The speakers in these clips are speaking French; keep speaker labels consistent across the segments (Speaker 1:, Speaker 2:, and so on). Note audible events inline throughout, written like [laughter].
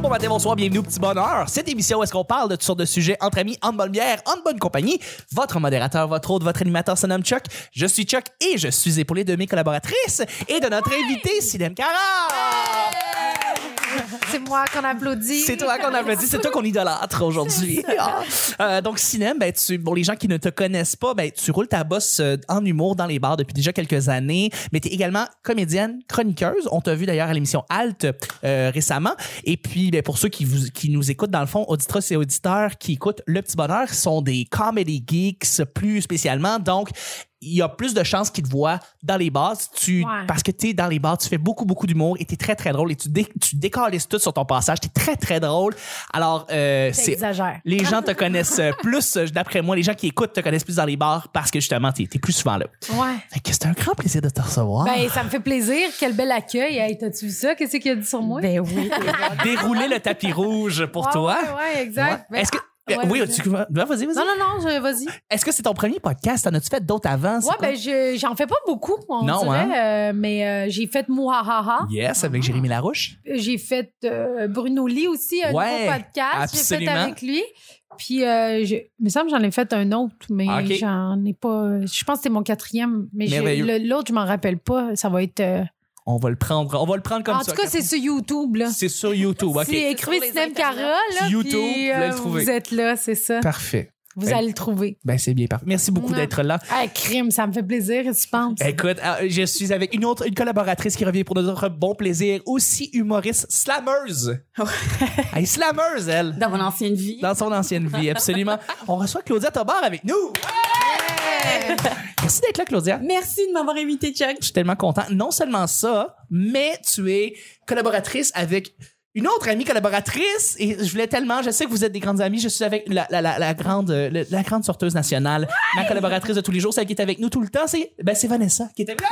Speaker 1: bon matin, bonsoir, bienvenue au Petit Bonheur. Cette émission où est-ce qu'on parle de toutes sortes de sujets entre amis, en bonne bière, en bonne compagnie. Votre modérateur, votre hôte, votre animateur se nomme Chuck. Je suis Chuck et je suis épaulé de mes collaboratrices et de notre invité, Silem Cara.
Speaker 2: C'est moi qu'on applaudit.
Speaker 1: C'est toi qu'on applaudit, c'est toi qu'on idolâtre aujourd'hui. Ah. Euh, donc, Cinem, ben, tu, bon, les gens qui ne te connaissent pas, ben, tu roules ta bosse euh, en humour dans les bars depuis déjà quelques années, mais tu es également comédienne, chroniqueuse. On t'a vu d'ailleurs à l'émission Alt euh, récemment. Et puis, ben, pour ceux qui, vous, qui nous écoutent, dans le fond, auditrices et auditeurs qui écoutent Le Petit Bonheur sont des comedy geeks plus spécialement. Donc, il y a plus de chances qu'ils te voient dans les bars. Tu,
Speaker 2: Ouais.
Speaker 1: Parce que tu es dans les bars, tu fais beaucoup, beaucoup d'humour et tu es très, très drôle et tu, dé- tu décalisses tout sur ton passage. Tu es très, très drôle. Alors, euh, c'est.
Speaker 2: T'exagères.
Speaker 1: Les gens te connaissent euh, plus, euh, d'après moi, les gens qui écoutent te connaissent plus dans les bars parce que justement, tu es, plus souvent là.
Speaker 2: Ouais.
Speaker 1: Fait que c'est un grand plaisir de te recevoir.
Speaker 2: Ben, ça me fait plaisir. Quel bel accueil. Hey, t'as-tu vu ça? Qu'est-ce qu'il a dit sur moi?
Speaker 3: Ben oui.
Speaker 1: [laughs] Dérouler le tapis rouge pour
Speaker 2: Ouais,
Speaker 1: toi.
Speaker 2: Ouais, ouais, exact. Ben, ah,
Speaker 1: Ouais. Est-ce que.
Speaker 2: Ouais,
Speaker 1: euh, oui,
Speaker 2: vas-y.
Speaker 1: tu... vas- vas-y, vas-y.
Speaker 2: Non, non, non, je- vas-y.
Speaker 1: Est-ce que c'est ton premier podcast? T'en as-tu fait d'autres avant? C'est
Speaker 2: Ouais,
Speaker 1: quoi?
Speaker 2: ben, je- j'en fais pas beaucoup, on
Speaker 1: Non, hein?
Speaker 2: dirait, euh, mais euh, j'ai fait Mouhahaha.
Speaker 1: Yes, avec
Speaker 2: Ah.
Speaker 1: Jérémy Larouche.
Speaker 2: J'ai fait euh, Bruno Lee aussi, un
Speaker 1: Ouais,
Speaker 2: nouveau podcast. J'ai fait
Speaker 1: absolument.
Speaker 2: avec lui. Puis, euh, je- il me semble que j'en ai fait un autre, mais
Speaker 1: Ah, Ok.
Speaker 2: j'en ai pas. Je pense que c'était mon quatrième, mais je-
Speaker 1: Merveilleux.
Speaker 2: le- l'autre, je m'en rappelle pas. Ça va être. euh,
Speaker 1: On va le prendre. On va le prendre comme
Speaker 2: en
Speaker 1: ça.
Speaker 2: tout cas, c'est sur YouTube, là.
Speaker 1: C'est sur YouTube, OK.
Speaker 2: Si écrivez
Speaker 3: C'est sur les
Speaker 2: Sinem Cara,
Speaker 3: internets.
Speaker 2: là,
Speaker 1: YouTube,
Speaker 2: puis, euh,
Speaker 1: vous allez le trouver.
Speaker 2: vous êtes là, c'est ça.
Speaker 1: Parfait.
Speaker 2: Vous
Speaker 1: Ben-
Speaker 2: allez le trouver.
Speaker 1: Ben, c'est bien parfait. Merci beaucoup
Speaker 2: Ouais.
Speaker 1: d'être là.
Speaker 2: Ah, crime, ça me fait plaisir, qu'est-ce que tu penses?
Speaker 1: Écoute, euh, je suis avec une autre, une collaboratrice qui revient pour notre bon plaisir, aussi humoriste, slammeuse. elle est slammeuse, elle,
Speaker 3: Dans mon ancienne vie.
Speaker 1: dans son ancienne vie, absolument. On reçoit Claudia Tobar avec nous. Merci d'être là, Claudia.
Speaker 3: Merci de m'avoir invité, Chuck.
Speaker 1: Je suis tellement content. Non seulement ça, mais tu es collaboratrice avec une autre amie collaboratrice et je voulais tellement, je sais que vous êtes des grandes amies, je suis avec la, la- la- la grande euh, le- la grande sorteuse nationale, ma collaboratrice de tous les jours, celle qui est avec nous tout le temps, c'est ben c'est Vanessa qui était là.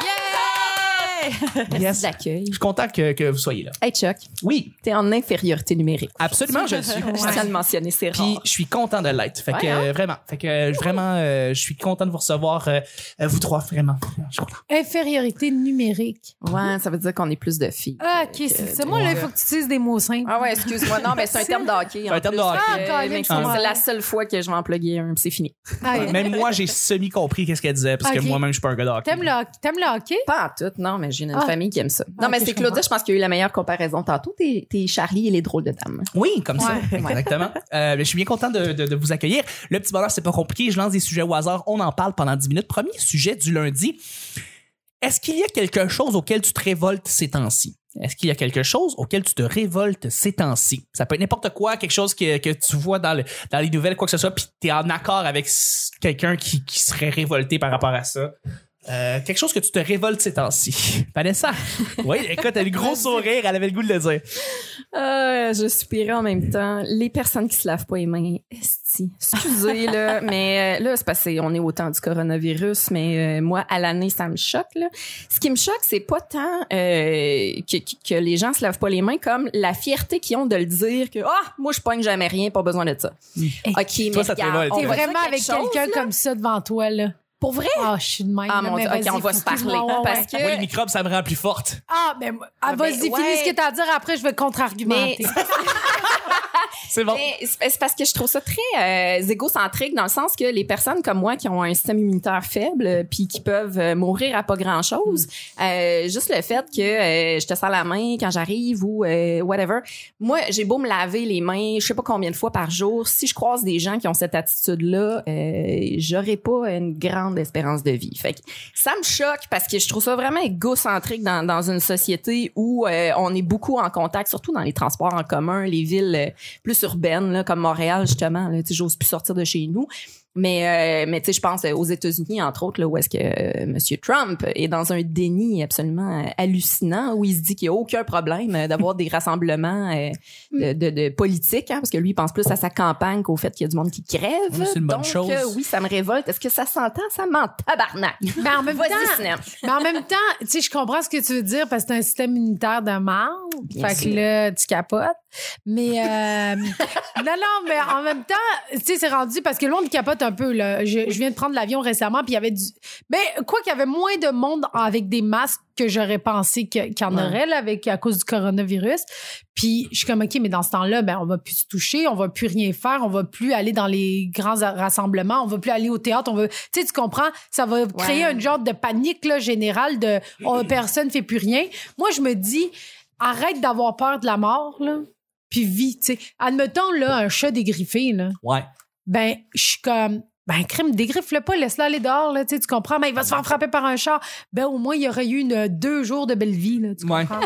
Speaker 1: Yes.
Speaker 4: d'accueil.
Speaker 1: Je suis content que, que vous soyez là.
Speaker 4: Hey Chuck,
Speaker 1: Oui,
Speaker 4: t'es en infériorité numérique.
Speaker 1: absolument, je le suis.
Speaker 4: Je tiens à le mentionner, c'est
Speaker 1: Puis
Speaker 4: rare.
Speaker 1: je suis content de l'être. Fait que
Speaker 4: Ouais,
Speaker 2: hein?
Speaker 1: euh, vraiment, fait que euh, vraiment euh, je suis content de vous recevoir euh, euh, vous trois vraiment. Je suis content.
Speaker 2: Infériorité numérique.
Speaker 4: Ouais, ça veut dire qu'on est plus de filles.
Speaker 2: Ah, ok, c'est ça. Moi, là, il faut que tu utilises des mots simples.
Speaker 4: Ah ouais, excuse-moi. Non, mais c'est un terme de hockey.
Speaker 1: un terme de hockey.
Speaker 2: Ah, quand même,
Speaker 4: mais
Speaker 2: je comprends.
Speaker 4: C'est la seule fois que je vais en plugger un, puis c'est fini.
Speaker 2: Ah, ouais.
Speaker 1: Même moi j'ai semi compris qu'est-ce qu'elle disait parce
Speaker 2: Ok.
Speaker 1: que moi-même je suis pas un gars de hockey.
Speaker 2: T'aimes le, hockey- t'aimes le hockey?
Speaker 4: Pas en tout, non, mais j'ai une
Speaker 2: Ah.
Speaker 4: famille qui aime ça.
Speaker 2: Ah,
Speaker 4: Non, mais
Speaker 2: ok,
Speaker 4: c'est
Speaker 2: je
Speaker 4: Claudia, je pense qu'il y a eu la meilleure comparaison tantôt. T'es t'es Charlie et les drôles de dames.
Speaker 1: Oui, comme ça.
Speaker 2: Ouais.
Speaker 1: Exactement. Euh, mais je suis bien content de, de- de vous accueillir. Le petit bonheur, c'est pas compliqué. Je lance des sujets au hasard. On en parle pendant 10 minutes. Premier sujet du lundi. Est-ce qu'il y a quelque chose auquel tu te révoltes ces temps-ci? Est-ce qu'il y a quelque chose auquel tu te révoltes ces temps-ci? Ça peut être n'importe quoi, quelque chose que, que tu vois dans, le- dans les nouvelles, quoi que ce soit, puis tu es en accord avec s- quelqu'un qui, qui serait révolté par rapport à ça. Euh, quelque chose que tu te révoltes ces temps-ci. [laughs] Vanessa,
Speaker 2: [laughs]
Speaker 1: oui, écoute, elle a le gros sourire, elle avait le goût de le dire.
Speaker 4: Euh, je soupirais en même temps. Les personnes qui se lavent pas les mains, esti.
Speaker 2: [laughs]
Speaker 4: Excusez, là, mais euh, là, c'est parce qu'on est au temps du coronavirus, mais euh, moi, à l'année, ça me choque, là. Ce qui me choque, c'est pas tant euh, que, que- que les gens se lavent pas les mains comme la fierté qu'ils ont de le dire que « Ah, moi, je pogne jamais rien, pas besoin de ça. OK, mais
Speaker 1: Hmm. ça te
Speaker 4: regarde,
Speaker 1: révolte,
Speaker 4: on
Speaker 2: T'es
Speaker 4: va
Speaker 2: vraiment
Speaker 4: dire
Speaker 2: avec
Speaker 4: quelque chose,
Speaker 2: quelqu'un
Speaker 4: là.
Speaker 2: comme ça devant toi, là.
Speaker 4: Pour vrai?
Speaker 2: Ah, je suis de même.
Speaker 4: Ah,
Speaker 2: là,
Speaker 4: mon
Speaker 2: mais
Speaker 4: Dieu,
Speaker 2: vas-y,
Speaker 4: ok, on va
Speaker 2: faut
Speaker 4: se
Speaker 2: que tu me-
Speaker 4: parler.
Speaker 2: ouais, ouais,
Speaker 4: Parce que-
Speaker 1: Moi, les microbes, ça me rend plus forte.
Speaker 2: Ah, ben, ah,
Speaker 4: Ah, ben,
Speaker 2: vas-y, finis
Speaker 4: ouais.
Speaker 2: ce que t'as à dire. Après, je vais contre-argumenter.
Speaker 4: Mais-
Speaker 1: C'est bon.
Speaker 4: Mais c'est c'est parce que je trouve ça très euh, égocentrique dans le sens que les personnes comme moi qui ont un système immunitaire faible euh, puis qui peuvent euh, mourir à pas grand chose,
Speaker 1: Mm.
Speaker 4: juste le fait que euh, je te sers la main quand j'arrive ou euh, whatever. Moi, j'ai beau me laver les mains, je sais pas combien de fois par jour, si je croise des gens qui ont cette attitude là, j'aurais pas une grande espérance de vie. Fait que ça me choque parce que je trouve ça vraiment égocentrique dans, dans une société où euh, on est beaucoup en contact, surtout dans les transports en commun, les villes euh, plus urbaines, là, comme Montréal, justement. Là, tu sais, J'ose plus sortir de chez nous. Mais, euh, mais tu sais, je pense euh, aux États-Unis, entre autres, là, où est-ce que euh, Monsieur Trump est dans un déni absolument euh, hallucinant, où il se dit qu'il n'y a aucun problème euh, d'avoir des rassemblements euh, de, de, de politiques, hein, parce que lui, il pense plus à sa campagne qu'au fait qu'il y a du monde qui crève.
Speaker 1: Oui, c'est une bonne
Speaker 4: Donc,
Speaker 1: chose.
Speaker 4: euh, oui, ça me révolte. Est-ce que ça s'entend? Ça m'en tabarnak.
Speaker 2: [laughs] Mais en même
Speaker 4: Vas-y,
Speaker 2: temps,
Speaker 4: Sinem.
Speaker 2: mais en même temps, tu sais, je comprends ce que tu veux dire parce que t'as un système immunitaire de marde.
Speaker 4: Bien
Speaker 2: Fait que
Speaker 4: sûr.
Speaker 2: là, tu capotes. [laughs] Mais, euh, non, non, mais en même temps, tu sais, c'est rendu parce que le monde capote un peu. Là. Je, je viens de prendre l'avion récemment, puis il y avait du. Mais quoi qu'il y avait moins de monde avec des masques que j'aurais pensé que- qu'il y en
Speaker 4: Ouais.
Speaker 2: aurait là, avec, à cause du coronavirus. Puis je suis comme, OK, mais dans ce temps-là, ben, on va plus se toucher, on va plus rien faire, on va plus aller dans les grands a- rassemblements, on va plus aller au théâtre, on va. Tu sais, tu comprends? Ça va créer une genre de panique là, générale de oh, personne ne fait plus rien. Moi, je me dis, arrête d'avoir peur de la mort, là. Puis vis, tu sais. Admettons, là, un chat dégriffé, là
Speaker 1: Ouais.
Speaker 2: ben, je suis comme, ben, crime, dégriffe-le pas, laisse-le aller dehors, là, tu sais, tu comprends, mais il va se faire frapper par un chat. Ben, au moins, il y aurait eu une, deux jours de belle vie, là, tu
Speaker 1: Ouais.
Speaker 2: comprends?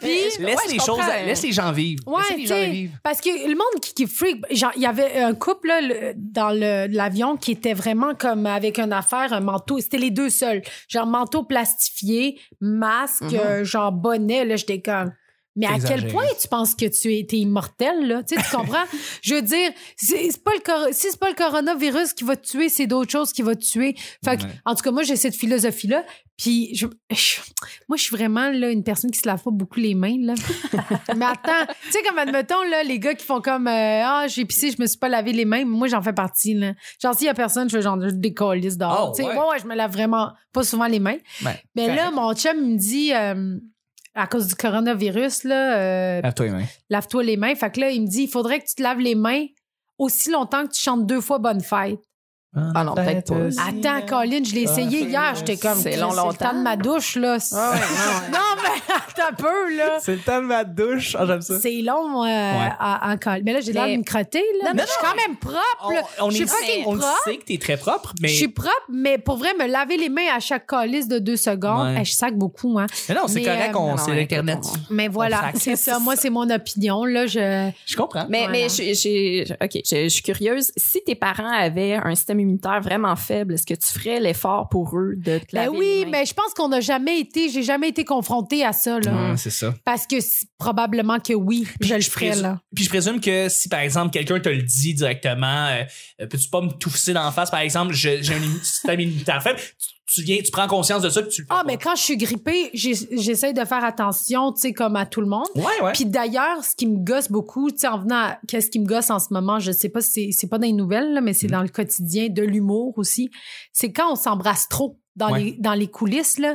Speaker 2: Puis,
Speaker 1: Laisse
Speaker 4: je
Speaker 1: les
Speaker 4: comprends.
Speaker 1: choses, laisse les gens vivre.
Speaker 2: Ouais,
Speaker 1: Laissez les gens
Speaker 2: t'sais.
Speaker 1: les vivre.
Speaker 2: parce que le monde qui, qui freak, genre, il y avait un couple là, le- dans le- l'avion qui était vraiment comme avec une affaire, un manteau, c'était les deux seuls. Genre manteau plastifié, masque,
Speaker 4: Mhm.
Speaker 2: euh, genre bonnet, là, j'étais comme. Mais à
Speaker 1: Exagéré.
Speaker 2: quel point tu penses que tu es, t'es immortel, là? Tu sais, tu
Speaker 1: [laughs]
Speaker 2: comprends? Je veux dire, c'est c'est pas le cor- si c'est pas le coronavirus qui va te tuer, c'est d'autres choses qui va te tuer. Fait que,
Speaker 1: Ouais.
Speaker 2: en tout cas, moi, j'ai cette philosophie-là. Puis, je- je- moi, je suis vraiment là, une personne qui se lave pas beaucoup les mains, là. Mais attends, tu sais, comme admettons, là, les gars qui font comme euh, Ah, j'ai pissé, je me suis pas lavé les mains, moi, j'en fais partie, là. Genre, s'il y a personne, je fais genre je décolle dehors.
Speaker 1: Oh,
Speaker 2: tu sais,
Speaker 1: ouais.
Speaker 2: ouais, ouais, je me lave vraiment pas souvent les mains.
Speaker 1: Ouais.
Speaker 2: Mais là, mon chum il me dit euh, à cause du coronavirus, là, euh,
Speaker 1: À toi, Emma.
Speaker 2: lave-toi les mains. Fait que là, il me dit il faudrait que tu te laves les mains aussi longtemps que tu chantes deux fois bonne fête.
Speaker 4: Ah non, peut-être pas.
Speaker 1: Ouais,
Speaker 2: Attends, Colin, je l'ai
Speaker 1: Ah,
Speaker 2: essayé
Speaker 3: c'est-
Speaker 2: hier, j'étais comme
Speaker 4: c'est long,
Speaker 2: Chris, le temps
Speaker 4: longtemps.
Speaker 2: de ma douche, là. C'est-
Speaker 4: Ah ouais, non, ouais.
Speaker 2: non, mais attends un peu, là.
Speaker 1: C'est le temps de ma douche. Ah, j'aime
Speaker 2: C'est long euh, à, à coller. Mais là, j'ai
Speaker 4: Mais-
Speaker 2: l'air de me crotter. Là.
Speaker 4: Non,
Speaker 2: mais je suis quand même propre.
Speaker 1: On,
Speaker 2: là.
Speaker 1: on
Speaker 2: je
Speaker 1: est-
Speaker 2: suis fucking
Speaker 1: on le
Speaker 2: propre.
Speaker 1: sait que t'es très propre, Oh. mais.
Speaker 2: Je suis propre, mais pour vrai, me laver les mains à chaque calice de deux secondes,
Speaker 1: Ouais.
Speaker 2: eh, je sac beaucoup. Hein.
Speaker 1: Mais non, c'est
Speaker 2: mais,
Speaker 1: correct,
Speaker 2: euh,
Speaker 1: on-
Speaker 4: non,
Speaker 1: c'est
Speaker 4: non,
Speaker 1: l'Internet.
Speaker 4: écoute,
Speaker 2: Mais voilà,
Speaker 1: sac.
Speaker 2: c'est ça. Moi, c'est mon opinion. Là, je...
Speaker 1: Je comprends.
Speaker 4: [laughs] Mais,
Speaker 2: Voilà.
Speaker 4: mais je, je- je- ok, je, je suis curieuse. Si tes parents avaient un système immunitaire vraiment faible, est-ce que tu ferais l'effort pour eux de te
Speaker 2: Ben
Speaker 4: laver
Speaker 2: oui,
Speaker 4: les mains?
Speaker 2: mais je pense qu'on n'a jamais été, j'ai jamais été confrontée à ça. Là.
Speaker 1: Ouais, Ah, c'est ça.
Speaker 2: Parce que c'est- probablement que oui, je le ferais.
Speaker 1: présume-
Speaker 2: Là.
Speaker 1: Puis je présume que si, par exemple, quelqu'un te le dit directement, euh, euh, peux-tu pas me tousser d'en face, par exemple, je- j'ai un im- système immunitaire faible, tu, tu viens, tu prends conscience de ça, puis tu le fais
Speaker 2: Ah,
Speaker 1: pas.
Speaker 2: mais quand je suis grippée, j'ai- j'essaie de faire attention, tu sais, comme à tout le monde.
Speaker 1: Ouais, ouais.
Speaker 2: Puis d'ailleurs, ce qui me gosse beaucoup, tu sais, en venant à qu'est-ce qui me gosse en ce moment, je sais pas si c'est- c'est pas dans les nouvelles, là, mais c'est
Speaker 1: Mhm.
Speaker 2: dans le quotidien, de l'humour aussi, c'est quand on s'embrasse trop. Dans,
Speaker 1: Ouais.
Speaker 2: les, dans les coulisses, là.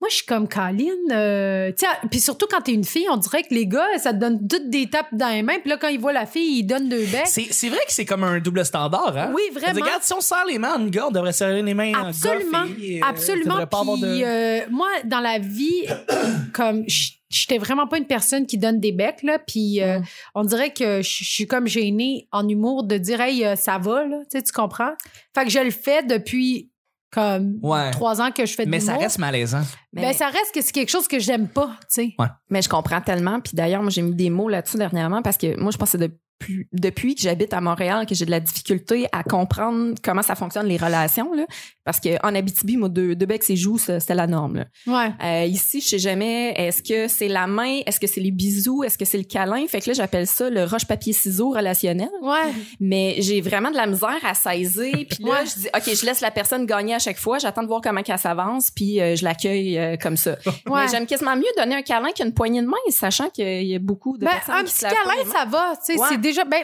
Speaker 2: Moi, je suis comme Colline. Euh, tu sais, puis surtout quand t'es une fille, on dirait que les gars, ça te donne toutes des tapes dans les mains. Puis là, quand ils voient la fille, ils donnent deux becs.
Speaker 1: C'est c'est vrai que c'est comme un double standard, hein?
Speaker 2: Oui,
Speaker 1: Je veux dire,
Speaker 2: vraiment.
Speaker 1: Regarde, si on serre les mains en une gars, on devrait serrer les mains en
Speaker 2: Absolument,
Speaker 1: gars, fille, euh,
Speaker 2: Absolument.
Speaker 1: devrait pas avoir de-
Speaker 2: Puis euh, moi, dans la vie, [coughs] comme je- j'étais vraiment pas une personne qui donne des becs là. Puis euh, on dirait que je je suis comme gênée en humour de dire hey euh, ça va là, tu sais, tu comprends. Fait que je le fais depuis comme
Speaker 1: Ouais.
Speaker 2: trois ans que je fais de
Speaker 1: Mais ça
Speaker 2: l'humour.
Speaker 1: reste malaisant.
Speaker 4: Mais-
Speaker 2: Ben, ça reste que c'est quelque chose que j'aime pas, tu sais.
Speaker 4: Mais je comprends tellement. Puis d'ailleurs, moi, j'ai mis des mots là-dessus dernièrement parce que moi, je pense que c'est depuis, depuis que j'habite à Montréal que j'ai de la difficulté à comprendre comment ça fonctionne les relations. Là. Parce qu'en Abitibi, moi, deux, deux becs et joues, ça, c'était la norme. Là.
Speaker 2: Ouais.
Speaker 4: Euh, ici, je sais jamais, est-ce que c'est la main, est-ce que c'est les bisous, est-ce que c'est le câlin? Fait que là, j'appelle ça le roche-papier-ciseau relationnel.
Speaker 2: Ouais.
Speaker 4: Mais j'ai vraiment de la misère à saisir. Puis là,
Speaker 2: Ouais.
Speaker 4: je dis, OK, je laisse la personne gagner à chaque fois. J'attends de voir comment qu'elle s'avance. Puis euh, je l'accueille euh, comme ça.
Speaker 2: Ouais.
Speaker 4: Mais j'aime quasiment mieux donner un câlin qu'une poignée de main, sachant qu'il y a beaucoup de
Speaker 2: Ben,
Speaker 4: personnes
Speaker 2: un
Speaker 4: qui
Speaker 2: petit
Speaker 4: se lavent pas les
Speaker 2: câlin,
Speaker 4: mains.
Speaker 2: ça va. Tu sais,
Speaker 4: Ouais.
Speaker 2: c'est déjà. Ben,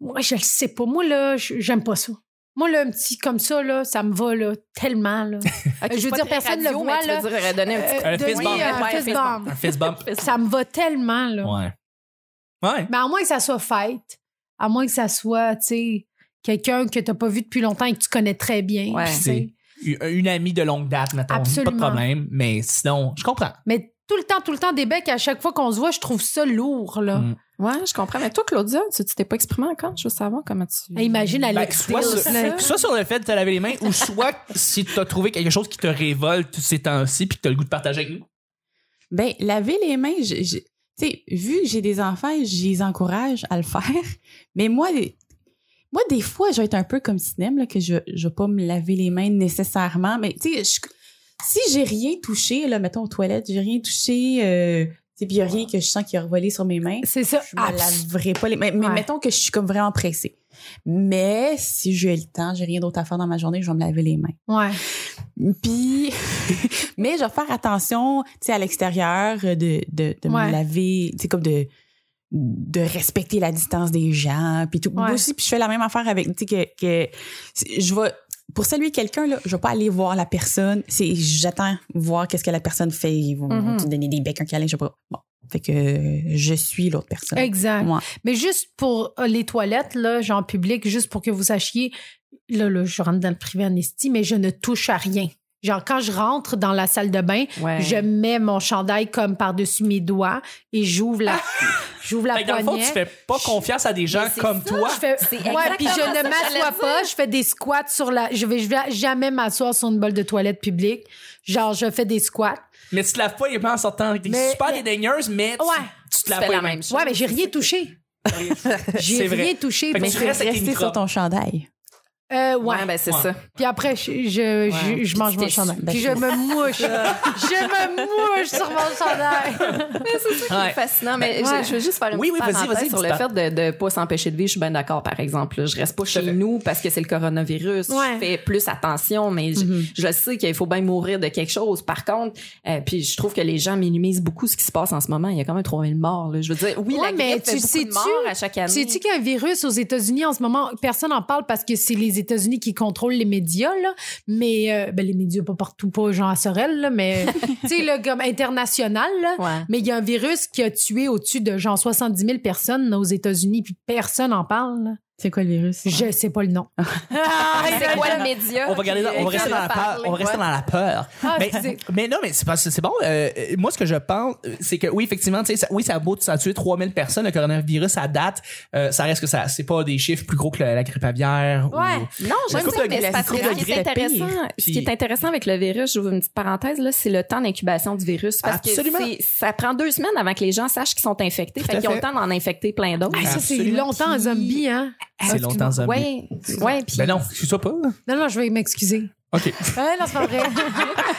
Speaker 2: moi, je le sais pas. Moi, là, je- j'aime pas ça. Moi, là, un petit comme ça, là, ça me va, là, tellement, là.
Speaker 4: Ok,
Speaker 2: je veux
Speaker 4: pas
Speaker 2: dire,
Speaker 4: très
Speaker 2: personne le
Speaker 4: radio, mais
Speaker 2: voit,
Speaker 4: tu
Speaker 2: là.
Speaker 4: veux dire, euh, donner un petit
Speaker 1: Un
Speaker 2: Euh,
Speaker 1: fist
Speaker 2: donner
Speaker 1: bump.
Speaker 2: un
Speaker 4: Ouais,
Speaker 2: fist
Speaker 4: fist
Speaker 2: bump.
Speaker 1: Un fist
Speaker 2: [laughs]
Speaker 1: bump.
Speaker 2: Ça me va tellement, là.
Speaker 1: Ouais. Ouais.
Speaker 2: Mais à moins que ça soit fête, à moins que ça soit, tu sais, quelqu'un que t'as pas vu depuis longtemps et que tu connais très bien.
Speaker 4: Ouais.
Speaker 2: tu sais.
Speaker 1: C'est une, euh, une amie de longue date, mettons.
Speaker 2: Absolument.
Speaker 1: Pas de problème, mais sinon, je comprends.
Speaker 2: Mais tout le temps, tout le temps, des becs, à chaque fois qu'on se voit, je trouve ça lourd, là.
Speaker 1: Mm.
Speaker 4: Ouais, je comprends. Mais toi, Claudia, tu tu t'es pas exprimée encore. Je veux savoir comment tu.
Speaker 2: Hey, Imagine
Speaker 1: Ben,
Speaker 2: Alex
Speaker 1: soit,
Speaker 2: Dills,
Speaker 1: sur, [laughs]
Speaker 2: là.
Speaker 1: soit sur le fait de te laver les mains ou soit si tu as trouvé quelque chose qui te révolte ces temps-ci puis que tu as le goût de partager avec nous.
Speaker 3: Ben, laver les mains, je- je- tu sais, vu que j'ai des enfants, je les encourage à le faire. [laughs] Mais moi, les- moi des fois, je vais être un peu comme Sinem, là, que je ne vais pas me laver les mains nécessairement. Mais tu sais, je- si j'ai rien touché, là, mettons aux toilettes, j'ai rien touché, euh, tu sais, puis il y a rien que je sens qui a revolé sur mes mains.
Speaker 2: C'est ça.
Speaker 3: Je me
Speaker 2: Abs-
Speaker 3: laverai pas les mains. Mais
Speaker 2: Ouais.
Speaker 3: mettons que je suis comme vraiment pressée. Mais si j'ai le temps, j'ai rien d'autre à faire dans ma journée, je vais me laver les mains.
Speaker 2: Ouais.
Speaker 3: Puis, [laughs] mais je vais faire attention, tu sais, à l'extérieur euh, de, de, de
Speaker 2: Ouais.
Speaker 3: me laver, tu sais, comme de de respecter la distance des gens puis tout moi
Speaker 2: Ouais.
Speaker 3: aussi puis je fais la même affaire avec tu sais que, que je vais pour saluer quelqu'un là je vais pas aller voir la personne c'est j'attends voir qu'est-ce que la personne fait ils vont
Speaker 2: Mhm.
Speaker 3: te donner des becs un câlin je sais pas bon fait que euh, je suis l'autre personne
Speaker 2: Exact.
Speaker 3: Moi.
Speaker 2: Mais juste pour euh, les toilettes, là, genre public, juste pour que vous sachiez, là, là, je rentre dans le privé amnesty, mais je ne touche à rien. Genre, quand je rentre dans la salle de bain,
Speaker 4: Ouais.
Speaker 2: je mets mon chandail comme par-dessus mes doigts et j'ouvre la, [laughs] j'ouvre la
Speaker 1: Ah! Fait que dans le fond, tu
Speaker 2: poignée.
Speaker 1: fais pas confiance à des gens
Speaker 4: Mais c'est
Speaker 1: comme toi.
Speaker 2: Je fais-
Speaker 4: C'est
Speaker 2: ouais, puis je
Speaker 4: exactement ça
Speaker 2: ne
Speaker 4: que
Speaker 2: m'assois
Speaker 4: j'allais
Speaker 2: pas, je fais des squats sur la. Je vais, je vais jamais m'asseoir sur une bolle de toilette publique. Genre, je fais des squats.
Speaker 1: Mais tu te laves pas les mains en sortant. T'es
Speaker 2: Mais-
Speaker 1: super
Speaker 2: mais-
Speaker 1: dédaigneuse, mais tu,
Speaker 2: Ouais.
Speaker 1: tu te
Speaker 4: Tu
Speaker 1: laves
Speaker 4: fais
Speaker 1: pas
Speaker 4: la
Speaker 1: les mains.
Speaker 4: même chose.
Speaker 2: Ouais, mais j'ai rien touché. J'ai
Speaker 1: C'est vrai.
Speaker 2: rien touché.
Speaker 1: Fait que
Speaker 2: pour
Speaker 1: tu
Speaker 2: vrai.
Speaker 1: restes avec une
Speaker 3: rester sur
Speaker 1: robe.
Speaker 3: ton chandail
Speaker 2: Euh,
Speaker 4: Ouais,
Speaker 2: ouais.
Speaker 4: ben c'est
Speaker 1: Ouais.
Speaker 4: ça.
Speaker 2: Puis après, je, je, je-
Speaker 4: Ouais.
Speaker 2: je, mange
Speaker 4: Puis
Speaker 2: mon
Speaker 4: t'es-
Speaker 2: chandail.
Speaker 3: ben,
Speaker 2: Puis je
Speaker 3: c'est-
Speaker 2: me
Speaker 1: [laughs]
Speaker 2: mouche. je me mouche sur mon chandail.
Speaker 1: Ouais.
Speaker 4: C'est fascinant, mais
Speaker 2: Ouais.
Speaker 4: je, je veux juste faire une
Speaker 1: Oui,
Speaker 4: petite
Speaker 1: oui, vas-y,
Speaker 4: parenthèse
Speaker 1: vas-y,
Speaker 4: sur le
Speaker 1: dis-toi.
Speaker 4: fait de ne pas s'empêcher de vivre. Je suis bien d'accord, par exemple. là. Je reste pas
Speaker 1: fait.
Speaker 4: chez nous parce que c'est le coronavirus.
Speaker 2: Ouais.
Speaker 4: Je fais plus attention, mais je, je sais qu'il faut bien mourir de quelque chose. Par contre, euh, puis je trouve que les gens minimisent beaucoup ce qui se passe en ce moment. Il y a quand même 3000 morts. là. Je veux dire, oui,
Speaker 2: Ouais,
Speaker 4: la
Speaker 2: mais
Speaker 4: grippe
Speaker 2: tu
Speaker 4: fait beaucoup
Speaker 2: sais-tu-
Speaker 4: de morts à chaque année.
Speaker 2: Sais-tu qu'il y a un virus aux États-Unis en ce moment? Personne n'en parle parce que c'est les États-Unis qui contrôlent les médias, là. Mais, euh, ben, les médias, pas partout, pas Jean Sorel, là, mais, euh,
Speaker 4: [laughs]
Speaker 2: tu sais, là, comme international, là.
Speaker 4: Ouais.
Speaker 2: Mais il y a un virus qui a tué au-dessus de genre 70 000 personnes là, aux États-Unis, puis personne n'en parle. là.
Speaker 3: c'est quoi le virus
Speaker 2: Je sais pas le nom. Ah,
Speaker 4: C'est quoi le média?
Speaker 1: On va, regarder- on va rester dans la peur. On va rester dans la peur.
Speaker 2: Ah,
Speaker 4: ben,
Speaker 1: mais,
Speaker 2: excusez.
Speaker 1: mais non, mais c'est pas- c'est bon. euh, euh, moi, ce que je pense, euh, c'est que oui, effectivement, tu sais, ça, oui, ça a beau, ça a tué 3000 personnes, le coronavirus, à date. euh, ça reste que ça, c'est pas des chiffres plus gros que la, la grippe aviaire. ou-
Speaker 2: Ouais.
Speaker 4: Non,
Speaker 1: La
Speaker 4: j'aime
Speaker 1: coupe
Speaker 4: ça,
Speaker 1: de-
Speaker 4: mais
Speaker 1: la
Speaker 4: c'est parce que
Speaker 1: coupe de
Speaker 4: ce qui est
Speaker 3: grippe est
Speaker 4: intéressant,
Speaker 3: pire.
Speaker 4: ce qui est
Speaker 1: Puis-
Speaker 4: intéressant avec le virus, j'ouvre une petite parenthèse, là, c'est le temps d'incubation du virus. Parce
Speaker 1: Absolument.
Speaker 4: que c'est- ça prend deux semaines avant que les gens sachent qu'ils sont infectés.
Speaker 1: Tout à
Speaker 4: Fait qu'ils ont
Speaker 1: fait.
Speaker 4: le temps d'en infecter plein d'autres.
Speaker 2: Ah, ça, c'est
Speaker 1: Absolument.
Speaker 2: longtemps un zombie, hein?
Speaker 1: C'est longtemps zombie.
Speaker 4: Ouais, ouais, puis
Speaker 1: Ben non, excuse-toi pas.
Speaker 2: Non, non, je vais
Speaker 4: [laughs]
Speaker 2: m'excuser.
Speaker 1: OK.
Speaker 2: Ah, non, c'est pas vrai.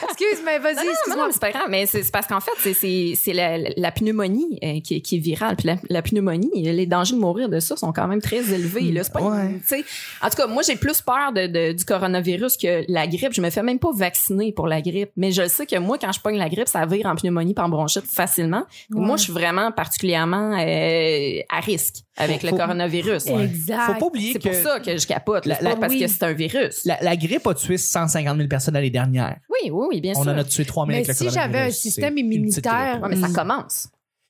Speaker 2: Excuse, mais vas-y,
Speaker 4: Non, non, non,
Speaker 2: excuse-moi.
Speaker 4: mais c'est pas grave, mais c'est c'est parce qu'en fait, c'est- c'est c'est la, la pneumonie euh, qui, est- qui est virale. Puis la, la pneumonie, les dangers de mourir de ça sont quand même très élevés. Là. C'est Pas,
Speaker 1: Ouais.
Speaker 4: tu sais, En tout cas, moi, j'ai plus peur de, de- du coronavirus que la grippe. Je me fais même pas vacciner pour la grippe. Mais je sais que moi, quand je pogne la grippe, ça vire en pneumonie par bronchite facilement.
Speaker 2: Ouais.
Speaker 4: Moi, je suis vraiment particulièrement euh, à risque avec le
Speaker 1: Faut-
Speaker 4: coronavirus.
Speaker 2: Exact.
Speaker 1: Faut pas oublier
Speaker 4: C'est
Speaker 1: que
Speaker 4: pour ça que je capote. là. C'est
Speaker 1: La-
Speaker 4: pas
Speaker 1: la-
Speaker 4: parce
Speaker 2: oui.
Speaker 4: que c'est un virus.
Speaker 1: la, la grippe a tué 150 000 personnes l'année dernière.
Speaker 4: Oui, oui, oui, bien
Speaker 1: On
Speaker 4: sûr.
Speaker 1: en a tué 3 000
Speaker 2: Mais
Speaker 1: avec le
Speaker 2: si
Speaker 1: coronavirus.
Speaker 2: j'avais un
Speaker 1: C'est
Speaker 2: système
Speaker 1: une petite grippe.
Speaker 2: immunitaire-
Speaker 4: Ouais, mais ça
Speaker 3: Mm.
Speaker 4: commence.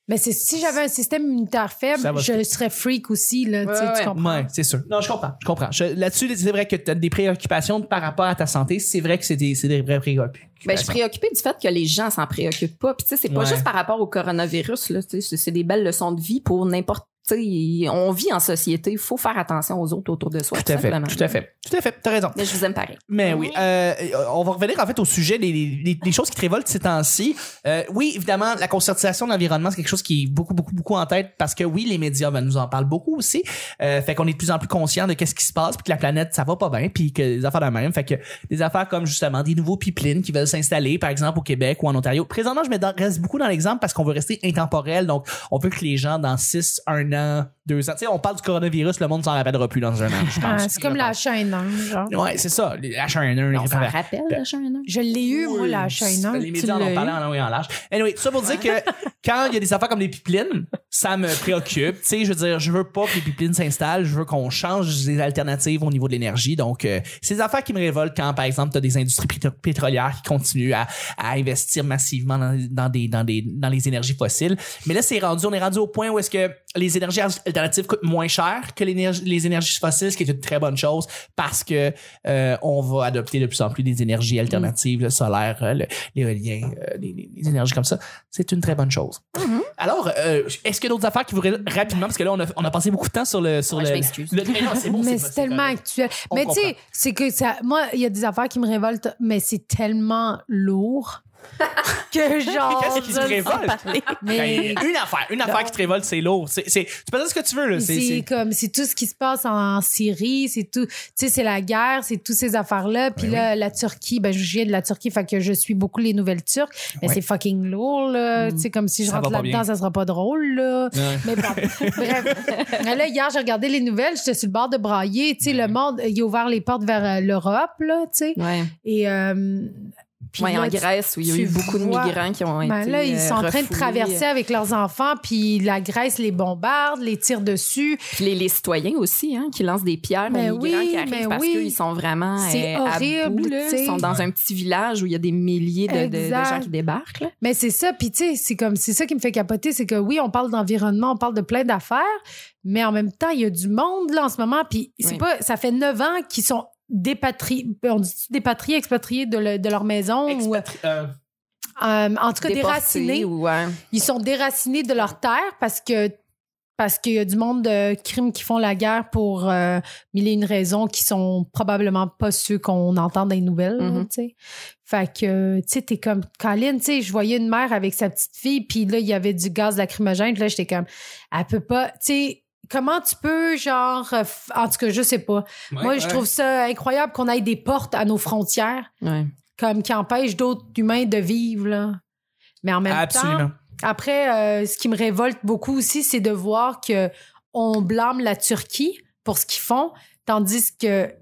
Speaker 2: Mais c'est, si j'avais un système immunitaire faible,
Speaker 1: Ça va
Speaker 2: je serais freak aussi, là. tu sais,
Speaker 4: Ouais,
Speaker 2: tu
Speaker 4: ouais.
Speaker 2: comprends?
Speaker 1: Ouais, c'est sûr. Non, je comprends. Je comprends. Je- Là-dessus, c'est vrai que tu as des préoccupations par rapport à ta santé. C'est vrai que c'est des, c'est des vraies préoccupations.
Speaker 4: Ben, je suis préoccupée du fait que les gens s'en préoccupent pas. Puis, tu sais, c'est pas
Speaker 1: Ouais.
Speaker 4: juste par rapport au coronavirus, là. Tu sais, c'est- c'est des belles leçons de vie pour n'importe. tu sais, On vit en société, il faut faire attention aux autres autour de soi.
Speaker 1: Tout à fait.
Speaker 4: simplement.
Speaker 1: Tout à fait. Tout à fait. T'as raison.
Speaker 4: Mais je vous aime pareil.
Speaker 1: Mais
Speaker 2: Ah
Speaker 1: oui, euh, on va revenir en fait au sujet des, des- des choses qui te révoltent ces temps-ci. Euh, oui, évidemment, la concertation de l'environnement, c'est quelque chose qui est beaucoup, beaucoup, beaucoup en tête parce que oui, les médias ben, nous en parlent beaucoup aussi. Euh, fait qu'on est de plus en plus conscient de qu'est-ce qui se passe, puis que la planète, ça va pas bien, puis que les affaires de même. Fait que des affaires comme justement des nouveaux pipelines qui veulent s'installer, par exemple, au Québec ou en Ontario. Présentement, je me dans- reste beaucoup dans l'exemple parce qu'on veut rester intemporel. Donc, on veut que les gens, dans 6, 1 an, 2 ans, tu sais, on parle du coronavirus, le monde s'en rappellera plus dans un an, je
Speaker 2: Ah,
Speaker 1: pense.
Speaker 2: c'est comme la chaîne, hein, genre.
Speaker 1: Ouais, c'est ça. Les H1N1, les
Speaker 4: On s'en
Speaker 1: référents.
Speaker 4: rappelle, le chien,
Speaker 2: Je l'ai eu, moi, la chaîne. hein.
Speaker 1: Ben, Les
Speaker 2: Tu
Speaker 1: médias en
Speaker 2: l'as
Speaker 1: ont
Speaker 2: eu?
Speaker 1: parlé en long et en large. Anyway, tout ça pour dire que [laughs] quand il y a des affaires comme les pipelines, ça me préoccupe. tu sais, je veux dire, je veux pas que les pipelines s'installent. Je veux qu'on change des alternatives au niveau de l'énergie. Donc, euh, c'est des affaires qui me révoltent quand, par exemple, tu as des industries pétro- pétrolières qui continuent à, à investir massivement dans, dans des, dans, des, dans les énergies fossiles. Mais là, c'est rendu, on est rendu au point où est-ce que les énergies alternatives coûtent moins cher que l'énergie- les énergies fossiles, ce qui est une très bonne chose parce que euh, on va adopter de plus en plus des énergies alternatives, le solaire, euh, le- l'éolien, euh, les, les- les énergies comme ça. C'est une très bonne chose. Alors, euh, est-ce qu'il y a d'autres affaires qui vous ré- rapidement, parce que là, on a, on a passé beaucoup de temps sur le. Sur
Speaker 4: Ouais,
Speaker 1: le
Speaker 4: je m'excuse.
Speaker 1: le- mais non, c'est bon,
Speaker 2: mais
Speaker 1: pas-
Speaker 2: c'est tellement
Speaker 1: correct.
Speaker 2: actuel.
Speaker 1: On
Speaker 2: mais tu sais,
Speaker 1: comprend.
Speaker 2: c'est que ça, moi, il y a des affaires qui me révoltent, mais c'est tellement lourd que
Speaker 3: [laughs]
Speaker 2: genre.
Speaker 1: Qu'est-ce qui te
Speaker 2: je sais
Speaker 1: révolte?
Speaker 2: pas. Mais
Speaker 1: Ben, une affaire, une affaire qui te révolte, c'est lourd. C'est, c'est- tu peux dire ce que tu veux, là. C'est,
Speaker 2: c'est
Speaker 1: c'est-
Speaker 2: comme c'est tout ce qui se passe en Syrie, c'est tout, tu sais, c'est la guerre, c'est toutes ces affaires là. Puis
Speaker 1: Ben
Speaker 2: là, la Turquie, ben je viens de la Turquie, fait que je suis beaucoup les nouvelles turques, mais
Speaker 1: Ouais. Hmm.
Speaker 2: c'est fucking lourd là. Tu sais, comme si je
Speaker 1: Ça
Speaker 2: rentre
Speaker 1: va pas
Speaker 2: là-dedans,
Speaker 1: bien.
Speaker 2: ça sera pas drôle là.
Speaker 1: Ouais. [laughs]
Speaker 2: Mais bon, bref. Là, hier, j'ai regardé les nouvelles, j'étais sur le bord de
Speaker 1: Ben
Speaker 2: brailler. Tu sais, le monde, il a ouvert les portes vers euh, l'Europe, là, tu sais.
Speaker 4: Ouais.
Speaker 2: Et euh, Puis
Speaker 4: Ouais,
Speaker 2: là,
Speaker 4: en
Speaker 2: tu-
Speaker 4: Grèce, où il y a
Speaker 2: tu
Speaker 4: eu beaucoup de
Speaker 2: vois-
Speaker 4: migrants qui ont
Speaker 2: ben
Speaker 4: été.
Speaker 2: là, ils
Speaker 4: euh,
Speaker 2: sont en train de
Speaker 4: refoulés. euh.
Speaker 2: traverser avec leurs enfants, puis la Grèce les bombarde, les tire dessus.
Speaker 4: Puis les, les citoyens aussi, hein, qui lancent des pierres
Speaker 2: Mais
Speaker 4: aux migrants
Speaker 2: Ben oui,
Speaker 4: qui arrivent
Speaker 2: mais
Speaker 4: parce
Speaker 2: oui.
Speaker 4: qu'ils sont vraiment
Speaker 2: C'est
Speaker 4: euh, à
Speaker 2: horrible,
Speaker 4: bout, là.
Speaker 2: tu sais.
Speaker 4: Ils sont dans
Speaker 1: Ouais.
Speaker 4: un petit village où il y a des milliers de, de- de
Speaker 2: Exact.
Speaker 4: gens qui débarquent. là.
Speaker 2: Mais c'est ça, puis tu sais, c'est comme c'est ça qui me fait capoter, c'est que oui, on parle d'environnement, on parle de plein d'affaires, mais en même temps, il y a du monde là en ce moment, puis c'est
Speaker 4: Oui.
Speaker 2: pas, ça fait neuf ans qu'ils sont dépatriés, on dit dépatriés, expatriés de, le- de leur maison ou euh,
Speaker 1: Expatri- euh,
Speaker 2: en tout cas
Speaker 4: Déportés
Speaker 2: déracinés.
Speaker 4: ou, euh,
Speaker 2: Ils sont déracinés de leur terre parce que parce qu'il y a du monde de crimes qui font la guerre pour euh, mille et une raisons qui sont probablement pas ceux qu'on entend dans les nouvelles. là, tu
Speaker 4: Mhm.
Speaker 2: sais. Fait que, tu sais, t'es comme, Colin, tu sais, je voyais une mère avec sa petite fille, puis là, il y avait du gaz lacrymogène, puis là, j'étais comme, elle peut pas, tu sais, comment tu peux, genre, euh, f- en tout cas, je sais pas.
Speaker 1: ouais,
Speaker 2: Moi,
Speaker 1: ouais.
Speaker 2: je trouve ça incroyable qu'on ait des portes à nos frontières,
Speaker 4: ouais.
Speaker 2: comme qui empêchent d'autres humains de vivre, là. Mais en même temps,
Speaker 1: Absolument.
Speaker 2: après, euh, ce qui me révolte beaucoup aussi, c'est de voir que on blâme la Turquie pour ce qu'ils font, tandis que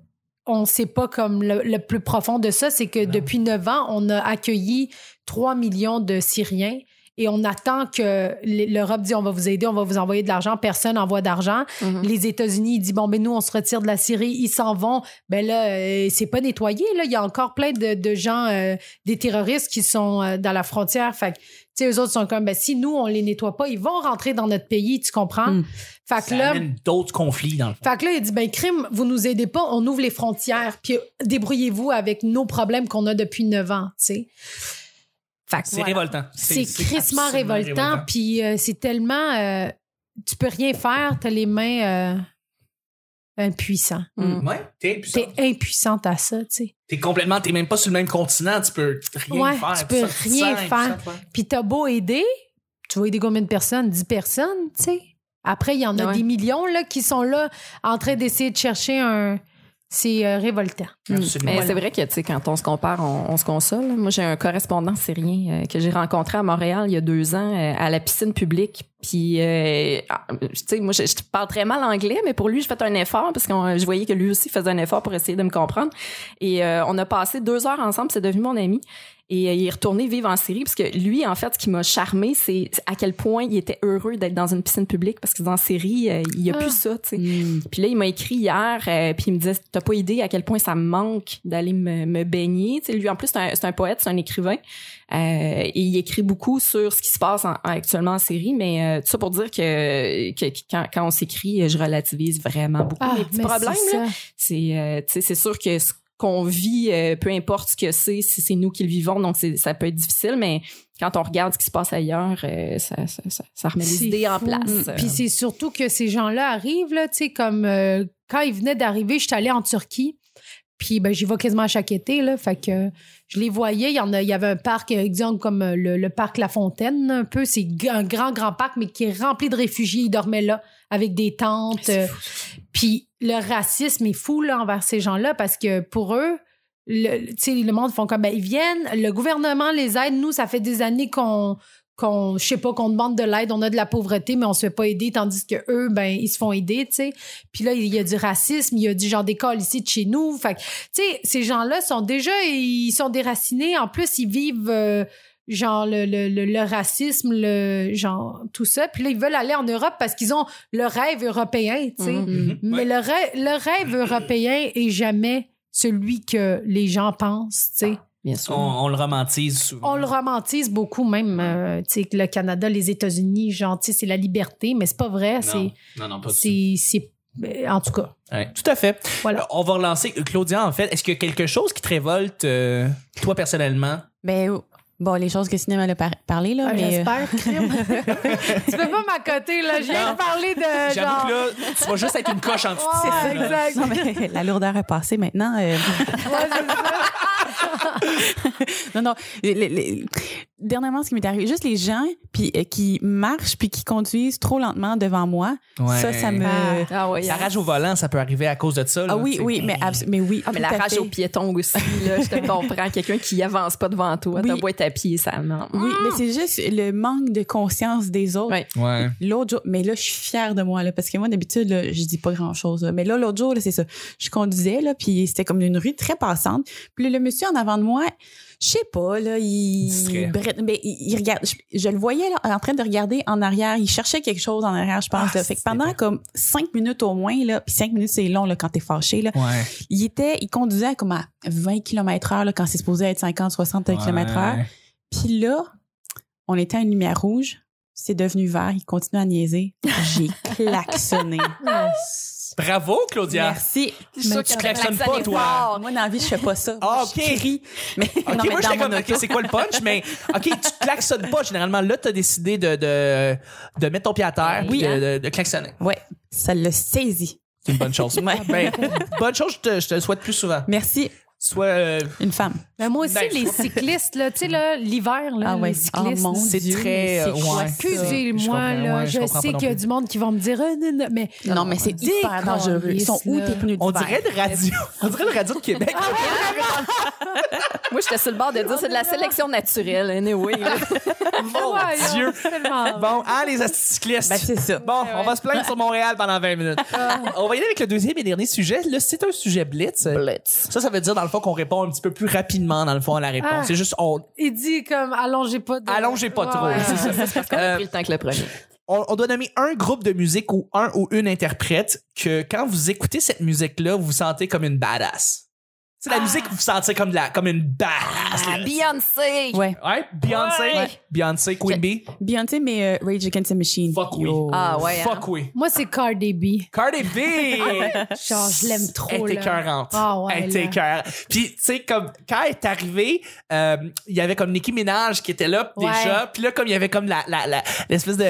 Speaker 2: on ne sait pas comme le, le plus profond de ça, c'est que
Speaker 1: Non.
Speaker 2: depuis neuf ans, on a accueilli 3 millions de Syriens et on attend que l- l'Europe dit on va vous aider, on va vous envoyer de l'argent. Personne n'envoie d'argent.
Speaker 4: Mhm.
Speaker 2: Les États-Unis ils disent bon ben nous on se retire de la Syrie, ils s'en vont. Ben là euh, c'est pas nettoyé là, il y a encore plein de, de gens euh, des terroristes qui sont euh, dans la frontière. Fait que, tu sais, eux autres sont comme ben si nous on les nettoie pas, ils vont rentrer dans notre pays, tu comprends
Speaker 3: Mm.
Speaker 2: Fait que
Speaker 1: Ça
Speaker 2: là
Speaker 1: amène d'autres conflits dans le fond.
Speaker 2: fait que là, il dit, ben, crime, vous nous aidez pas, on ouvre les frontières, puis débrouillez-vous avec nos problèmes qu'on a depuis 9 ans, tu sais. Fait que
Speaker 1: C'est
Speaker 2: voilà.
Speaker 1: révoltant.
Speaker 2: C'est crissement
Speaker 1: absolument
Speaker 2: révoltant, puis euh, c'est tellement... euh, tu peux rien faire, t'as les mains euh, impuissants.
Speaker 4: Mm.
Speaker 1: Ouais, t'es puissant.
Speaker 2: T'es impuissante à ça, tu sais.
Speaker 1: T'es complètement, t'es même pas sur le même continent, tu peux rien
Speaker 2: Ouais,
Speaker 1: faire.
Speaker 2: tu peux
Speaker 1: ça,
Speaker 2: rien
Speaker 1: sens,
Speaker 2: faire.
Speaker 1: tu sens, ouais.
Speaker 2: Puis t'as beau aider, tu vas aider combien de personnes? 10 personnes, tu sais. Après, il y en a
Speaker 4: Ouais.
Speaker 2: des millions là, qui sont là en train d'essayer de chercher un... C'est euh, révoltant.
Speaker 1: Absolument.
Speaker 4: Mm. Mais c'est vrai que, tu sais, quand on se compare, on, on se console. Moi, j'ai un correspondant syrien euh, que j'ai rencontré à Montréal il y a deux ans euh, à la piscine publique. Puis, euh, ah, tu sais, moi, je, je parle très mal anglais, mais pour lui, j'ai fait un effort parce que je voyais que lui aussi faisait un effort pour essayer de me comprendre. Et euh, on a passé deux heures ensemble. C'est devenu mon ami. Et euh, il est retourné vivre en Syrie parce que lui, en fait, ce qui m'a charmé, c'est à quel point il était heureux d'être dans une piscine publique parce que dans Syrie, euh, il n'y a
Speaker 2: Ah.
Speaker 4: plus ça, tu sais. Puis là, il m'a écrit hier, euh, puis il me disait, t'as pas idée à quel point ça me manque d'aller me, me baigner. Tu sais, lui, en plus, c'est un, c'est un poète, c'est un écrivain. Euh, et il écrit beaucoup sur ce qui se passe en- actuellement en Syrie, mais euh, tout ça pour dire que, que- que quand, quand on s'écrit, je relativise vraiment beaucoup Ah, les
Speaker 2: Ah,
Speaker 4: petits
Speaker 2: mais
Speaker 4: problèmes.
Speaker 2: c'est
Speaker 4: là.
Speaker 2: ça.
Speaker 4: C'est euh, tu sais, c'est sûr que ce qu'on vit, euh, peu importe ce que c'est, si c'est nous qui le vivons, donc c'est- ça peut être difficile, mais quand on regarde ce qui se passe ailleurs, euh, ça, ça, ça- ça remet les
Speaker 2: C'est
Speaker 4: idées en
Speaker 2: fou.
Speaker 4: place.
Speaker 2: Puis c'est surtout que ces gens-là arrivent, là, tu sais, comme euh, quand ils venaient d'arriver, j'étais allée en Turquie. Puis ben, j'y vais quasiment à chaque été, là. Fait que euh, je les voyais. Il y en a, il y avait un parc, euh, disons, comme euh, le, le parc La Fontaine, un peu. C'est g- un grand, grand parc, mais qui est rempli de réfugiés. Ils dormaient là avec des tentes. euh, Puis le racisme est fou, là, envers ces gens-là parce que pour eux, le, tu sais, le monde font comme, ben, ils viennent, le gouvernement les aide. Nous, ça fait des années qu'on, qu'on, je sais pas, qu'on demande de l'aide, on a de la pauvreté, mais on se fait pas aider, tandis que eux, ben, ils se font aider, tu sais. Puis là, il y a du racisme, il y a du genre d'école ici de chez nous. Fait que, tu sais, ces gens-là sont déjà, ils sont déracinés. En plus, ils vivent, euh, genre, le, le, le, le racisme, le, genre, tout ça. Puis là, ils veulent aller en Europe parce qu'ils ont le rêve européen, tu sais.
Speaker 4: Mhm.
Speaker 1: Mhm.
Speaker 2: mm-hmm. Mais
Speaker 1: Ouais.
Speaker 2: le, rê- le rêve européen est jamais celui que les gens pensent, tu
Speaker 1: Ah.
Speaker 2: sais.
Speaker 4: Bien sûr.
Speaker 1: on, on le romantise souvent.
Speaker 2: On le romantise beaucoup, même, euh, tu sais, que le Canada, les États-Unis, genre, tu sais, c'est la liberté, mais c'est pas vrai, c'est...
Speaker 1: Non, non, non, pas du
Speaker 2: c'est, c'est- euh, en tout cas,
Speaker 1: tout. Ouais, tout à fait.
Speaker 2: Voilà.
Speaker 1: Euh, On va relancer. Euh, Claudia, en fait, est-ce qu'il y a quelque chose qui te révolte, euh, toi personnellement?
Speaker 3: Ben, bon, les choses que Cinéma a par- parlé, là,
Speaker 2: Ah,
Speaker 3: mais. euh, [laughs]
Speaker 2: j'espère, Kim. tu peux pas m'accoter, là, je viens
Speaker 1: Non.
Speaker 2: de parler de,
Speaker 1: J'avoue
Speaker 2: Euh, genre...
Speaker 1: que là, tu vas juste être une coche en dessous. de
Speaker 2: [laughs] Ouais,
Speaker 1: ça,
Speaker 2: ouais,
Speaker 1: là.
Speaker 2: exact.
Speaker 3: euh, [laughs] Non, mais la lourdeur est passée maintenant. euh,
Speaker 2: Ouais, c'est ça.
Speaker 3: [laughs] non, non. le- le- le- Dernièrement, ce qui m'est arrivé, juste les gens puis, euh, qui marchent puis qui conduisent trop lentement devant moi,
Speaker 1: Ouais.
Speaker 3: ça, ça me.
Speaker 2: Ah.
Speaker 4: Ah ouais,
Speaker 1: La rage au volant, ça peut arriver à cause de ça. là,
Speaker 3: hein. Ah oui,
Speaker 1: tu sais. Ben,
Speaker 3: oui, mais, abs- mais oui.
Speaker 4: Ah, mais
Speaker 3: tout
Speaker 4: la
Speaker 3: à
Speaker 4: rage
Speaker 3: fait.
Speaker 4: aux piétons aussi, là, je te comprends. Quelqu'un qui avance pas devant toi,
Speaker 3: Oui.
Speaker 4: ta boîte à pied, ça ment.
Speaker 3: Oui, mais
Speaker 2: Ah.
Speaker 3: c'est juste le manque de conscience des autres.
Speaker 4: Ouais.
Speaker 1: Ouais.
Speaker 3: L'autre jour, mais là, je suis fière de moi, là, parce que moi, d'habitude, là, je dis pas grand-chose. là. Mais là, l'autre jour, là, c'est ça. Je conduisais, là, puis c'était comme une rue très passante. Puis le monsieur en avant de moi, je sais pas, là, il,
Speaker 1: Distrait.
Speaker 3: Brett- mais il, il regarde, je, je le voyais là, en train de regarder en arrière, il cherchait quelque chose en arrière, je pense.
Speaker 1: Ah,
Speaker 3: là. fait que
Speaker 1: c'est
Speaker 3: pendant
Speaker 1: bon.
Speaker 3: comme cinq minutes au moins, là, puis cinq minutes c'est long là, quand t'es fâché, là,
Speaker 1: Ouais.
Speaker 3: il était, il conduisait à comme à 20 km heure là, quand c'est supposé être 50, 60 km heure.
Speaker 1: Ouais.
Speaker 3: Puis là, on était à une lumière rouge, c'est devenu vert, il continue à niaiser. [laughs] J'ai klaxonné.
Speaker 1: Bravo, Claudia.
Speaker 3: Merci.
Speaker 4: Je suis
Speaker 2: Mais
Speaker 4: sûre
Speaker 2: tu
Speaker 4: qu'elle
Speaker 1: klaxonnes
Speaker 4: klaxonnait
Speaker 1: pas, toi.
Speaker 4: fort.
Speaker 3: Moi, dans la vie, je fais pas ça.
Speaker 1: Ah,
Speaker 3: Je
Speaker 1: ok.
Speaker 3: crie, mais,
Speaker 1: Ok,
Speaker 3: non, mais
Speaker 1: moi,
Speaker 3: dans
Speaker 1: j'étais
Speaker 3: mon
Speaker 1: comme,
Speaker 3: auto.
Speaker 1: ok, c'est quoi le punch? Mais, ok, tu klaxonnes pas. Généralement, là, t'as décidé de, de, de mettre ton pied à terre
Speaker 3: Oui,
Speaker 1: puis de,
Speaker 3: hein.
Speaker 1: de- de klaxonner.
Speaker 3: Ouais, ça le saisit.
Speaker 1: C'est une bonne chose.
Speaker 3: [laughs] Ouais.
Speaker 1: Ben, bonne chose, je te, je te le souhaite plus souvent.
Speaker 3: Merci,
Speaker 1: Soit, euh,
Speaker 3: une femme.
Speaker 2: Mais moi aussi,
Speaker 1: Ben, je
Speaker 2: les cyclistes, là, tu sais, là, l'hiver, là,
Speaker 3: Ah ouais.
Speaker 2: les cyclistes.
Speaker 3: Ah, mon
Speaker 1: c'est
Speaker 3: Dieu,
Speaker 1: très.
Speaker 3: c'est
Speaker 1: euh,
Speaker 3: quoi
Speaker 1: ouais.
Speaker 3: ça?
Speaker 1: Je
Speaker 2: Excusez-moi,
Speaker 1: comprends,
Speaker 2: là,
Speaker 1: ouais,
Speaker 2: je,
Speaker 1: comprends
Speaker 2: sais
Speaker 1: pas non
Speaker 2: qu'il y a
Speaker 1: plus.
Speaker 2: du monde qui va me dire, euh, non, non, mais
Speaker 3: Non, oh, mais c'est
Speaker 2: Décolle,
Speaker 3: hyper dangereux. Ils sont où
Speaker 2: là.
Speaker 3: tes pneus
Speaker 1: On
Speaker 3: d'hiver?
Speaker 1: dirait de radio. On dirait le radio de Québec.
Speaker 4: Moi, j'étais sur le bord de dire c'est de la sélection naturelle. Anyway, là.
Speaker 1: Oh, Mon
Speaker 2: Ah, Ouais, là,
Speaker 1: Dieu.
Speaker 2: c'est tellement-
Speaker 1: Bon, ah, les cyclistes.
Speaker 3: Ben, c'est ça.
Speaker 1: Bon, on va se plaindre sur Montréal pendant 20 minutes. on va y aller avec le deuxième et dernier sujet. Là, c'est un sujet blitz. Ça, ça veut dire, dans le fond, qu'on répond un petit peu plus rapidement, dans le fond, à la réponse.
Speaker 2: Ah.
Speaker 1: C'est juste, on,
Speaker 2: Il dit comme allongez pas de-
Speaker 1: Allongez pas
Speaker 2: Ouais,
Speaker 1: trop,
Speaker 2: ouais,
Speaker 1: c'est
Speaker 2: ouais.
Speaker 1: ça.
Speaker 4: c'est parce qu'on a pris le temps que le premier.
Speaker 1: on, on doit nommer un groupe de musique ou un ou une interprète que quand vous écoutez cette musique-là, vous vous sentez comme une badass. C'est la musique, vous vous sentez comme, de la, comme une badass. là.
Speaker 4: Beyoncé!
Speaker 3: Ouais.
Speaker 1: Ouais, Beyoncé.
Speaker 4: Ouais.
Speaker 1: Beyoncé, Queen Bee.
Speaker 3: Beyoncé, mais euh, Rage Against the Machine.
Speaker 1: Fuck oui.
Speaker 3: Yo.
Speaker 4: Ah ouais. hein?
Speaker 1: Fuck oui.
Speaker 2: Moi, c'est
Speaker 1: [laughs]
Speaker 2: Cardi B.
Speaker 1: Cardi B!
Speaker 2: Genre, Oh, je l'aime trop,
Speaker 1: Elle était
Speaker 2: là.
Speaker 1: écœurante.
Speaker 2: Ah ouais,
Speaker 1: Elle était
Speaker 2: là.
Speaker 1: écœurante. Puis, tu sais, comme, quand elle est arrivée, euh, il y avait comme Nicki Minaj qui était là
Speaker 2: Ouais.
Speaker 1: déjà. Puis là, comme il y avait comme la, la, la- l'espèce de,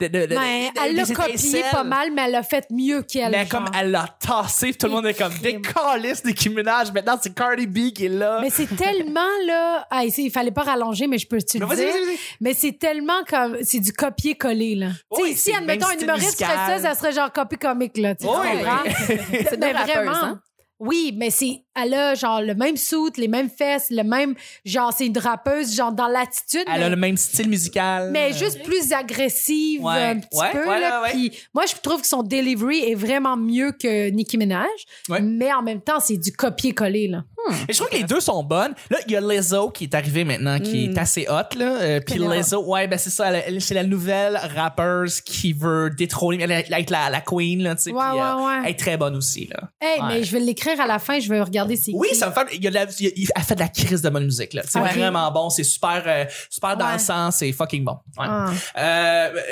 Speaker 1: de, de- de-
Speaker 2: Ben,
Speaker 1: de-
Speaker 2: elle l'a
Speaker 1: des
Speaker 2: copié
Speaker 1: étincelles.
Speaker 2: pas mal, mais elle l'a fait mieux qu'elle.
Speaker 1: Mais
Speaker 2: genre.
Speaker 1: comme elle l'a tassé, tout le monde est comme des
Speaker 2: Crime.
Speaker 1: calices, des Minaj. Maintenant, c'est Cardi B qui est là.
Speaker 2: Mais c'est tellement là. Ah, c'est- il fallait pas rallonger, mais je peux te
Speaker 1: Mais
Speaker 2: le
Speaker 1: vas-y,
Speaker 2: dire.
Speaker 1: vas-y, vas-y.
Speaker 2: Mais c'est tellement comme. C'est du copier-coller, là. Tu sais,
Speaker 1: Oui, c'est
Speaker 2: si,
Speaker 1: le
Speaker 2: admettons,
Speaker 1: même
Speaker 2: un
Speaker 1: style
Speaker 2: humoriste ferait
Speaker 1: musical.
Speaker 2: ça, ça serait genre copie-comique, là. Tu sais, tu
Speaker 1: Oui.
Speaker 2: comprends?
Speaker 4: C'est deux
Speaker 2: Mais
Speaker 4: rappeuses,
Speaker 2: vraiment.
Speaker 4: hein?
Speaker 2: Oui, mais c'est elle a genre le même suit, les mêmes fesses, le même genre c'est une rappeuse genre dans l'attitude
Speaker 1: Elle a
Speaker 2: mais,
Speaker 1: le même style musical.
Speaker 2: mais juste plus agressive
Speaker 1: Euh, Ouais.
Speaker 2: un petit
Speaker 1: Ouais,
Speaker 2: peu
Speaker 1: ouais,
Speaker 2: là,
Speaker 1: ouais, ouais.
Speaker 2: puis moi je trouve que son delivery est vraiment mieux que Nicki Minaj,
Speaker 1: Ouais.
Speaker 2: mais en même temps c'est du copier-coller là.
Speaker 1: Et je trouve que les deux sont bonnes. Là, il y a Lizzo qui est arrivée maintenant, qui
Speaker 2: Hmm.
Speaker 1: est assez hot, là. Euh, Puis
Speaker 3: Ténor.
Speaker 1: Lizzo, ouais, ben c'est ça, elle- elle- c'est la nouvelle rappeuse qui veut détrôner, elle est- être la, la queen, là, tu sais.
Speaker 2: Ouais,
Speaker 1: puis, euh,
Speaker 2: ouais, ouais.
Speaker 1: Elle est très bonne aussi, là.
Speaker 2: Hey,
Speaker 1: Ouais.
Speaker 2: mais je vais l'écrire à la fin, je vais regarder c'est
Speaker 1: Oui,
Speaker 2: qui.
Speaker 1: ça me fait. Il y a de la, il y a- il- elle fait de la crise de bonne musique, là. C'est
Speaker 2: Ok.
Speaker 1: vraiment bon, c'est super, euh, super dansant, c'est fucking bon. Ouais.
Speaker 2: Ah.
Speaker 1: Euh, euh,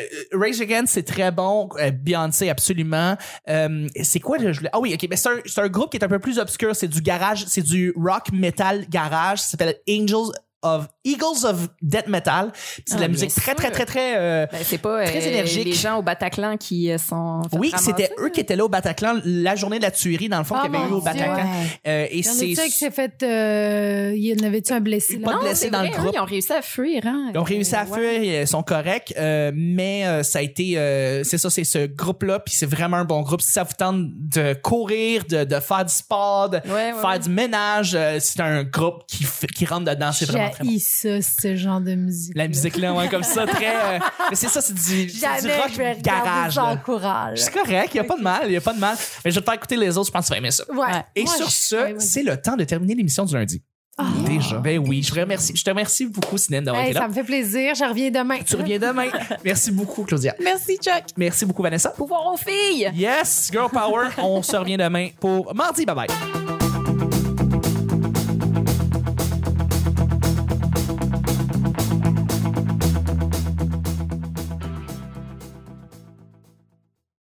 Speaker 1: Rage Against, c'est très bon. Euh, Beyoncé, absolument. Euh, c'est quoi le- je voulais- Ah oui, ok. Mais c'est un, c'est un groupe qui est un peu plus obscur. C'est du garage, c'est du rock metal garage. Ça s'appelle Angels of Eagles of Death Metal. Puis C'est de
Speaker 4: Ah,
Speaker 1: la
Speaker 4: bien
Speaker 1: musique très,
Speaker 4: sûr.
Speaker 1: très, très, très. euh,
Speaker 4: Ben, c'est pas
Speaker 1: Très
Speaker 4: euh,
Speaker 1: énergique.
Speaker 4: les gens au Bataclan qui euh, sont. fait
Speaker 1: oui,
Speaker 4: ramasser.
Speaker 1: c'était eux qui étaient là au Bataclan la journée de la tuerie, dans le fond,
Speaker 2: Ah,
Speaker 1: qu'il y avait eu
Speaker 2: mon
Speaker 1: au
Speaker 2: Dieu.
Speaker 1: Bataclan.
Speaker 3: Ouais.
Speaker 1: Euh, et
Speaker 2: Il y en a-tu
Speaker 1: c'est.
Speaker 2: un qui s'est fait euh, il y en avait-tu un blessé là
Speaker 1: Pas de
Speaker 4: Non,
Speaker 1: blessés
Speaker 4: c'est
Speaker 1: dans
Speaker 4: vrai,
Speaker 1: le
Speaker 4: hein,
Speaker 1: groupe.
Speaker 4: Ils ont réussi à fuir. Hein?
Speaker 1: Ils ont réussi à
Speaker 4: Euh,
Speaker 1: fuir,
Speaker 4: ouais.
Speaker 1: ils sont corrects, euh, mais euh, ça a été, euh, c'est ça, c'est ce groupe-là, puis c'est vraiment un bon groupe. Si ça vous tente de courir, de, de faire du sport, de
Speaker 4: Ouais, ouais,
Speaker 1: faire
Speaker 4: ouais.
Speaker 1: du ménage, euh, c'est un groupe qui, fait- qui rentre dedans, c'est vraiment très bon.
Speaker 2: J'haïs ça ce genre de musique.
Speaker 1: La musique là, ouais, comme ça, très. euh, mais c'est ça, c'est du, c'est du
Speaker 2: Jamais je vais
Speaker 1: rock
Speaker 2: regarder
Speaker 1: garage.
Speaker 2: ça en
Speaker 1: là.
Speaker 2: courage.
Speaker 1: C'est correct, il a pas de mal, il a pas de mal. Mais je vais te faire écouter les autres, je pense que tu vas aimer ça.
Speaker 2: Ouais.
Speaker 1: Et
Speaker 2: Moi,
Speaker 1: sur
Speaker 2: je-
Speaker 1: ce,
Speaker 2: ouais, ouais.
Speaker 1: c'est le temps de terminer l'émission du lundi.
Speaker 2: Ah.
Speaker 1: Déjà. Ben oui, je, remercie, je te remercie beaucoup, Sinem, d'avoir
Speaker 2: Hey,
Speaker 1: été là.
Speaker 2: ça me fait plaisir, je reviens demain.
Speaker 1: Tu reviens demain. [laughs] Merci beaucoup, Claudia.
Speaker 3: Merci, Chuck.
Speaker 1: Merci beaucoup, Vanessa.
Speaker 4: Pouvoir aux filles!
Speaker 1: [laughs] Yes, Girl Power. On se revient demain pour mardi. Bye bye.